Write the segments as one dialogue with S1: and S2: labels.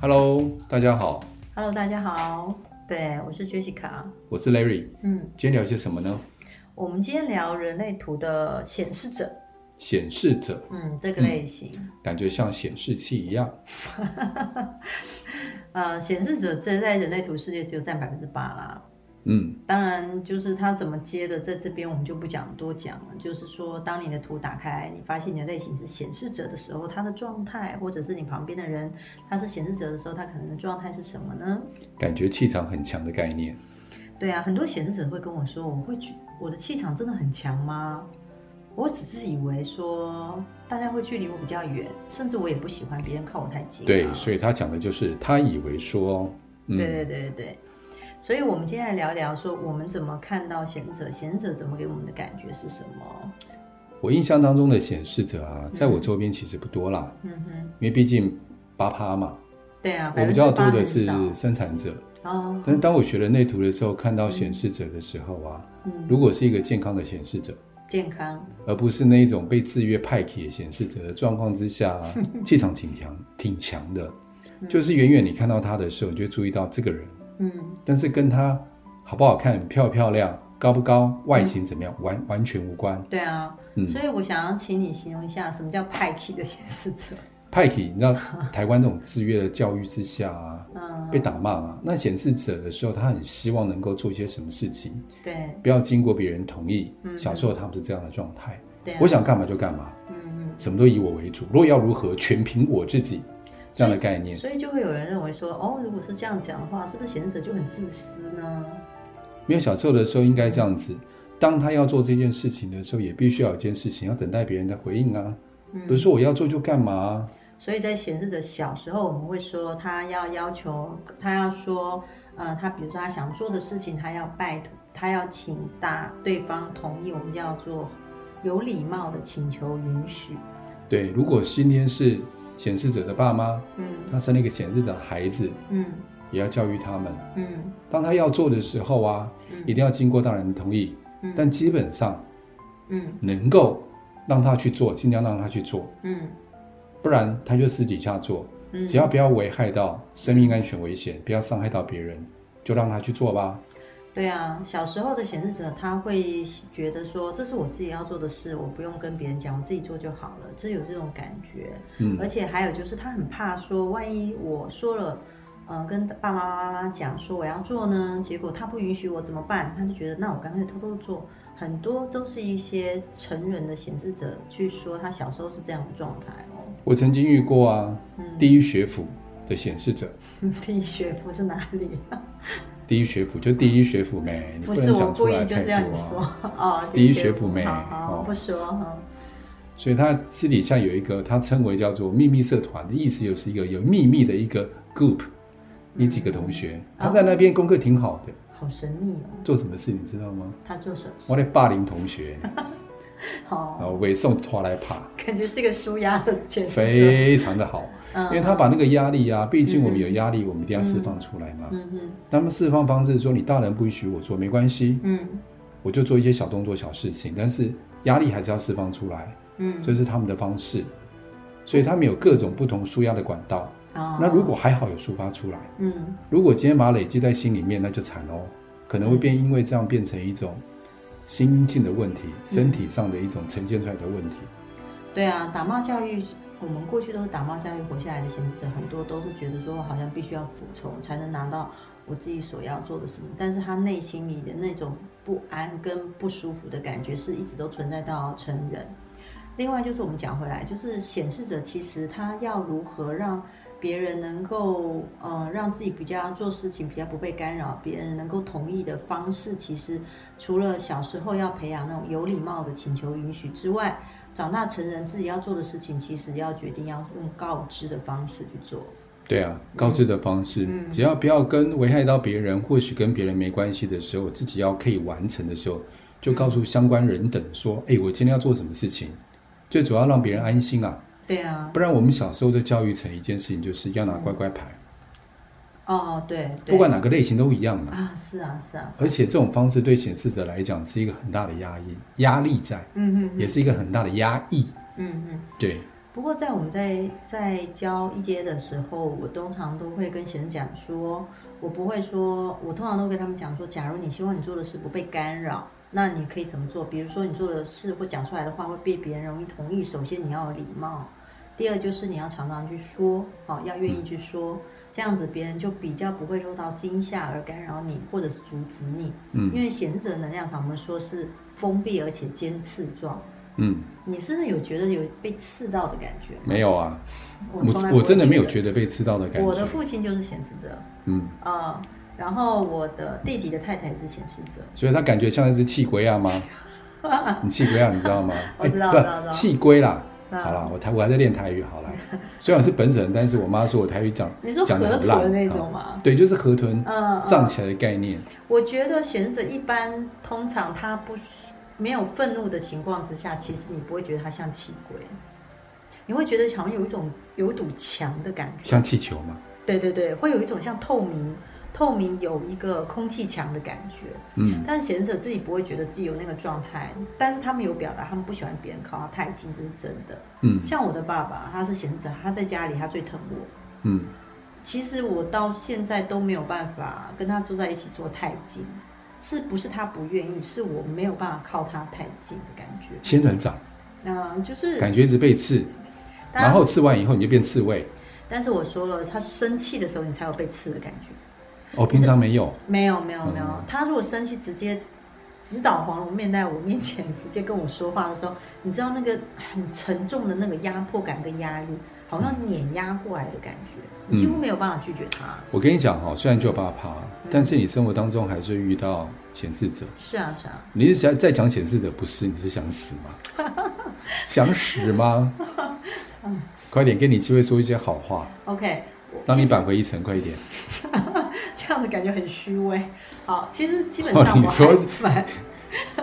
S1: Hello，大家好，
S2: Hello，大家好，对我是 Jessica。
S1: 我是 Larry。
S2: 嗯，
S1: 今天聊些什么呢？
S2: 我们今天聊人类图的显示者，
S1: 显示者，
S2: 嗯，这个类型。
S1: 感觉像显示器一样。
S2: 呃，显示者这在人类图世界只有占百分之八啦。
S1: 嗯
S2: 当然，就是它怎么接的，在这边我们就不讲多讲了。就是说，当你的图打开，你发现你的类型是显示者的时候，他的状态，或者是你旁边的人他是显示者的时候，他可能的状态是什么呢？
S1: 感觉气场很强的概念。
S2: 对啊，很多显示者会跟我说，我会去，我的气场真的很强吗？我只是以为说大家会距离我比较远，甚至我也不喜欢别人靠我太近、啊。
S1: 对，所以他讲的就是他以为说，嗯，
S2: 对对对对对。所以，我们今天来聊聊说，我们怎么看到显示者，显示者怎么给我们的感觉是什么？
S1: 我印象当中的显示者啊，在我周边其实不多啦，
S2: 嗯哼，
S1: 因为毕竟八趴嘛，
S2: 对啊，
S1: 我比较多
S2: 8%
S1: 的
S2: 很
S1: 是
S2: 少
S1: 生产者。
S2: 哦，
S1: 但是当我学了内图的时候，看到显示者的时候啊，
S2: 嗯，
S1: 如果是一个健康的显示者，
S2: 健康，
S1: 而不是那一种被制约派系的显示者的状况之下 啊，气场挺强，挺强的。就是远远你看到他的时候，你就会注意到这个人，
S2: 嗯，
S1: 但是跟他好不好看、漂不漂亮、高不高、外形怎么样，完完全无关。
S2: 对啊。
S1: 嗯
S2: 嗯所以我想要请你形容一下什么叫派气的显示者。
S1: 派系，你 知道台湾这种制约的教育之下啊，
S2: 嗯，
S1: 被打骂啊，那显示者的时候，他很希望能够做些什么事情，
S2: 对
S1: 不要经过别人同意。
S2: 嗯
S1: 小时候他们是这样的状态，
S2: 对啊。
S1: 我想干嘛就干嘛，
S2: 嗯嗯。
S1: 什么都以我为主，若要如何，全凭我自己，这样的概念。
S2: 所以就会有人认为说，哦，如果是这样讲的话，是不是显示者就很自私呢？
S1: 没有小时候的时候应该这样子，当他要做这件事情的时候，也必须要有一件事情要等待别人的回应啊，
S2: 嗯
S1: 不是说我要做就干嘛啊、
S2: 所以在显示者小时候，我们会说他要要求，他要说，呃，他比如说他想做的事情，他要拜托，他要请大对方同意，我们叫做有礼貌的请求允许。
S1: 对，如果今天是显示者的爸妈，
S2: 嗯
S1: 他生了一个显示者的孩子，
S2: 嗯
S1: 也要教育他们，
S2: 嗯
S1: 当他要做的时候啊，一
S2: 嗯
S1: 定要经过大人的同意，
S2: 嗯
S1: 但基本上
S2: 嗯
S1: 能够让他去做，尽量让他去做，
S2: 嗯
S1: 不然他就私底下做，
S2: 嗯，
S1: 只要不要危害到生命安全危险，不要伤害到别人，就让他去做吧。
S2: 对啊，小时候的显示者他会觉得说，这是我自己要做的事，我不用跟别人讲，我自己做就好了，这有这种感觉。
S1: 嗯
S2: 而且还有就是他很怕说，万一我说了，呃，跟爸爸妈妈讲说我要做呢，结果他不允许我怎么办？他就觉得那我干脆偷偷做。很多都是一些成人的显示者去说他小时候是这样的状态哦。
S1: 我曾经遇过啊，
S2: 嗯，
S1: 第一学府的显示者，
S2: 第一学府是哪里？
S1: 第一学府就第一学府没，你
S2: 不
S1: 能
S2: 是我
S1: 讲出
S2: 故
S1: 来
S2: 意就是
S1: 太
S2: 要你
S1: 多
S2: 说
S1: 啊。
S2: 哦。
S1: 第一学府
S2: 府
S1: 妹
S2: 好好
S1: 哦
S2: 不说哈。嗯
S1: 所以他私底下有一个，他称为叫做秘密社团的意思，就是一个有秘密的一个 group，有
S2: 嗯
S1: 几个同学，他在那边功课挺好的，
S2: 好神秘哦，
S1: 做什么事你知道吗？
S2: 他做什么事？
S1: 我在霸凌同学，然
S2: 好，
S1: 后尾送拖来爬，
S2: 感觉是一个舒压的全身。
S1: 非常的好，因为
S2: 嗯
S1: 他把那个压力啊，毕竟我们有压力，我们一定要释放出来嘛。
S2: 嗯嗯
S1: 他们释放方式是说，你大人不允许我做，没关系，
S2: 嗯
S1: 我就做一些小动作、小事情，但是压力还是要释放出来，
S2: 嗯，
S1: 这是他们的方式。所以他们有各种不同舒压的管道。
S2: 哦
S1: 那如果还好有抒发出来，
S2: 嗯
S1: 如果今天把它累积在心里面，那就惨哦，可能会变因为这样变成一种心境的问题，
S2: 嗯
S1: 身体上的一种呈现出来的问题。
S2: 对啊，打骂教育，我们过去都是打骂教育活下来的贤者，很多都是觉得说好像必须要服从才能拿到我自己所要做的事情，但是他内心里的那种不安跟不舒服的感觉是一直都存在到成人。另外就是我们讲回来，就是显示者其实他要如何让别人能够呃让自己比较做事情比较不被干扰，别人能够同意的方式，其实除了小时候要培养那种有礼貌的请求允许之外，长大成人自己要做的事情，其实要决定要用告知的方式去做。
S1: 对啊，告知的方式，
S2: 嗯
S1: 只要不要跟危害到别人，或许跟别人没关系的时候，自己要可以完成的时候，就告诉相关人等说：“哎、我今天要做什么事情？”最主要让别人安心啊，
S2: 对啊，
S1: 不然我们小时候的教育成一件事情，就是要拿乖乖牌，
S2: 哦，对，嗯对
S1: 不管哪个类型都一样的。
S2: 啊，是啊，是啊，是啊
S1: 而且这种方式对显示者来讲是一个很大的压抑，压力在，
S2: 嗯嗯
S1: 也是一个很大的压抑。
S2: 嗯嗯。
S1: 对，
S2: 不过在我们在在教一阶的时候，我通常都会跟学生讲说，我不会说，我通常都跟他们讲说，假如你希望你做的事不被干扰，那你可以怎么做？比如说你做的事或讲出来的话会被别人容易同意，首先你要有礼貌，第二就是你要常常去说，好、要愿意去说，这样子别人就比较不会受到惊吓而干扰你或者是阻止你，
S1: 嗯
S2: 因为显示者能量场我们说是封闭而且尖刺状。
S1: 嗯，
S2: 你真的有觉得有被刺到的感觉吗？
S1: 没有啊，
S2: 我从来
S1: 我真的没有
S2: 觉
S1: 觉得被刺到的感
S2: 我的
S1: 觉。
S2: 父亲就是显示者，
S1: 嗯，
S2: 呃，然后我的弟弟的太太也是显示者，
S1: 所以他感觉像一只气龟 啊吗？你气龟啊，你知道吗？
S2: 我知
S1: 哎
S2: 道我知道
S1: 不
S2: 我知道
S1: 气龟啦。
S2: 嗯
S1: 好啦，我台我还在练台语，好啦。虽然我是本省人，但是我妈说我台语讲
S2: 你说
S1: 讲的
S2: 河
S1: 很
S2: 图
S1: 烂
S2: 的那
S1: 啊
S2: 种吗？
S1: 对，就是河豚
S2: 嗯，
S1: 胀
S2: 嗯
S1: 起来的概念。
S2: 我觉得显示者一般通常他不没有愤怒的情况之下，其实你不会觉得他像气鬼，你会觉得好像有一种有一堵墙的感觉，
S1: 像气球嘛。
S2: 对对对，会有一种像透明透明有一个空气墙的感觉。
S1: 嗯，
S2: 但显者自己不会觉得自己有那个状态，但是他们有表达，他们不喜欢别人靠他太近，这是真的。
S1: 嗯
S2: 像我的爸爸，他是显者，他在家里他最疼我。
S1: 嗯
S2: 其实我到现在都没有办法跟他坐在一起坐太近，是不是他不愿意？是我没有办法靠他太近的感觉。
S1: 仙人掌
S2: 嗯、就是，
S1: 感觉一直被刺，
S2: 当
S1: 然
S2: 然
S1: 后刺完以后你就变刺猬。
S2: 但是我说了，他生气的时候你才有被刺的感觉。
S1: 哦，平常没有。
S2: 没有没有没有
S1: 嗯，
S2: 他如果生气直接指导黄龙面在我面前直接跟我说话的时候，你知道那个很沉重的那个压迫感跟压力，好像碾压过来的感觉，
S1: 嗯
S2: 你几乎没有办法拒绝他。
S1: 我跟你讲哈、哦，虽然就有爸爸，但是你生活当中还是会遇到显示者。
S2: 是啊是啊，
S1: 你是想再讲显示者不是？你是想死吗？ 想死吗？快点，给你机会说一些好话，
S2: OK，我
S1: 让你
S2: 其实
S1: 扳回一城。快一点，
S2: 这样的感觉很虚伪。好，其实基本
S1: 哦
S2: 上
S1: 你
S2: 我
S1: 说
S2: 还蛮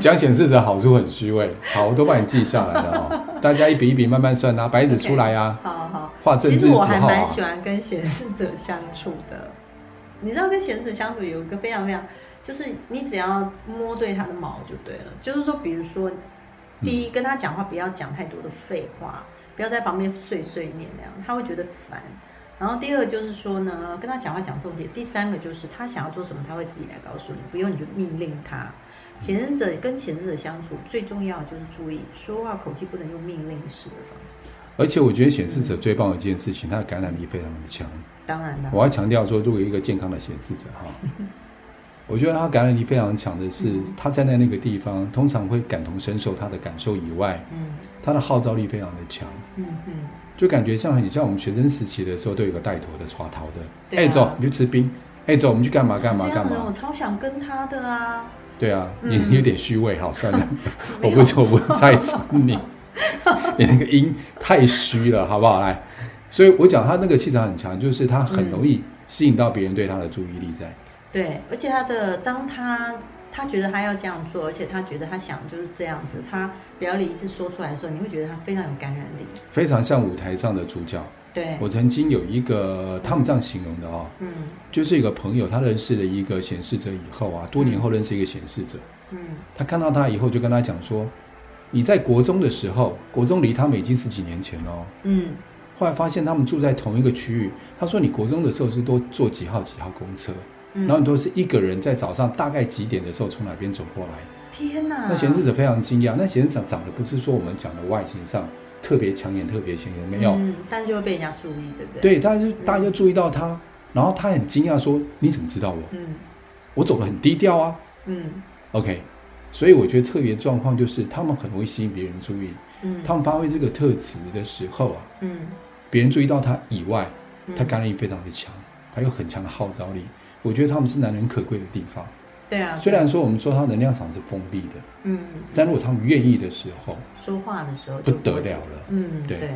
S1: 讲显示者好处很虚伪。好，我都帮你记下来了哦。大家一笔一笔慢慢算啊，白纸出来啊，
S2: 好好。
S1: 画政
S2: 其
S1: 治
S2: 实
S1: 符
S2: 我
S1: 号
S2: 还蛮
S1: 啊
S2: 喜。欢跟显示者相处的。你知道跟显示者相处有一个非常非常，就是你只要摸对他的毛就对了。就是说，比如说，
S1: 嗯
S2: 第一，跟他讲话不要讲太多的废话，不要在旁边碎碎念那样，他会觉得烦。然后第二就是说呢，跟他讲话讲重点。第三个就是他想要做什么，他会自己来告诉你，不用你就命令他。显示者跟显示者相处最重要的就是注意说话口气不能用命令式的方式。
S1: 而且我觉得显示者最棒的一件事情，他的感染力非常的强。
S2: 当然的，
S1: 我要强调说，作为一个健康的显示者 哈，我觉得他感染力非常强的是，
S2: 嗯
S1: 他站在那个地方，通常会感同身受他的感受以外，
S2: 嗯
S1: 他的号召力非常的强，
S2: 嗯嗯。
S1: 就感觉像很像我们学生时期的时候都有个带头的、抓头的，
S2: 对啊
S1: 哎、走你去吃冰，哎、走我们去干嘛干嘛
S2: 这
S1: 干
S2: 样的人我
S1: 嘛，
S2: 超想跟他的啊！
S1: 对啊，
S2: 嗯
S1: 你你有点虚伪，好算 了，
S2: 没
S1: 我
S2: 有
S1: 不我不再整你， 你那个音太虚了，好不好？来，所以我讲他那个气场很强，就是他很容
S2: 嗯
S1: 易吸引到别人对他的注意力在，
S2: 对，而且他的当他他觉得他要这样做，而且他觉得他想就是这样子，他表里一致说出来的时候，你会觉得他非常有感染力。
S1: 非常像舞台上的主角。
S2: 对，
S1: 我曾经有一个他们这样形容的哦，
S2: 嗯
S1: 就是一个朋友，他认识了一个显示者以后啊，多年后认识一个显示者，
S2: 嗯
S1: 他看到他以后就跟他讲说，你在国中的时候，国中离他们已经十几年前了哦。
S2: 嗯
S1: 后来发现他们住在同一个区域，他说你国中的时候是多坐几号几号公车，
S2: 嗯。
S1: 然后你都是一个人在早上大概几点的时候从哪边走过来，
S2: 天哪！
S1: 那显示者非常惊讶，那显示者长得不是说我们讲的外形上特别抢眼、特别显眼，没有，
S2: 嗯，但是就会被人家注意，对不对？，
S1: 对，大家就大家就注意到他，然后他很惊讶说：“你怎么知道我？
S2: 嗯
S1: 我走的很低调啊。
S2: 嗯
S1: ”OK，所以我觉得特别状况就是他们很容易吸引别人注意，
S2: 嗯，
S1: 他们发挥这个特质的时候啊，
S2: 嗯
S1: 别人注意到他以外，
S2: 嗯
S1: 他感染力非常的强，他有很强的号召力。我觉得他们是难能可贵的地方。
S2: 对啊，
S1: 虽然说我们说他能量场是封闭的，
S2: 嗯，
S1: 但如果他们愿意的时候，
S2: 说话的时候
S1: 不
S2: 就
S1: 得
S2: 会
S1: 了了。
S2: 嗯，
S1: 对
S2: 对。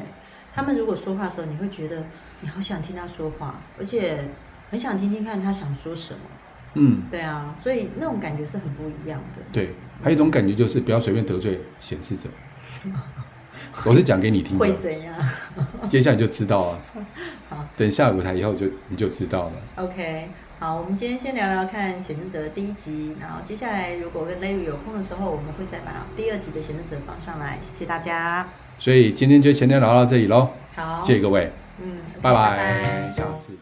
S2: 他们如果说话的时候，你会觉得你好想听他说话，而且很想听听看他想说什么。
S1: 嗯，
S2: 对啊，所以那种感觉是很不一样的。
S1: 对。还有一种感觉就是不要随便得罪显示 者。我是讲给你听的。
S2: 会怎样
S1: 接下来就知道啊
S2: 好。
S1: 等下舞台以后就你就知道了。
S2: ？OK，好，我们今天先聊聊看显示者的第一集，然后接下来如果跟 Larry 有空的时候，我们会再把第二集的显示者放上来。谢谢大家。
S1: 所以今天就前天聊到这里喽，
S2: 好，
S1: 谢谢各位，
S2: 嗯，
S1: 拜
S2: 拜
S1: 拜，下次。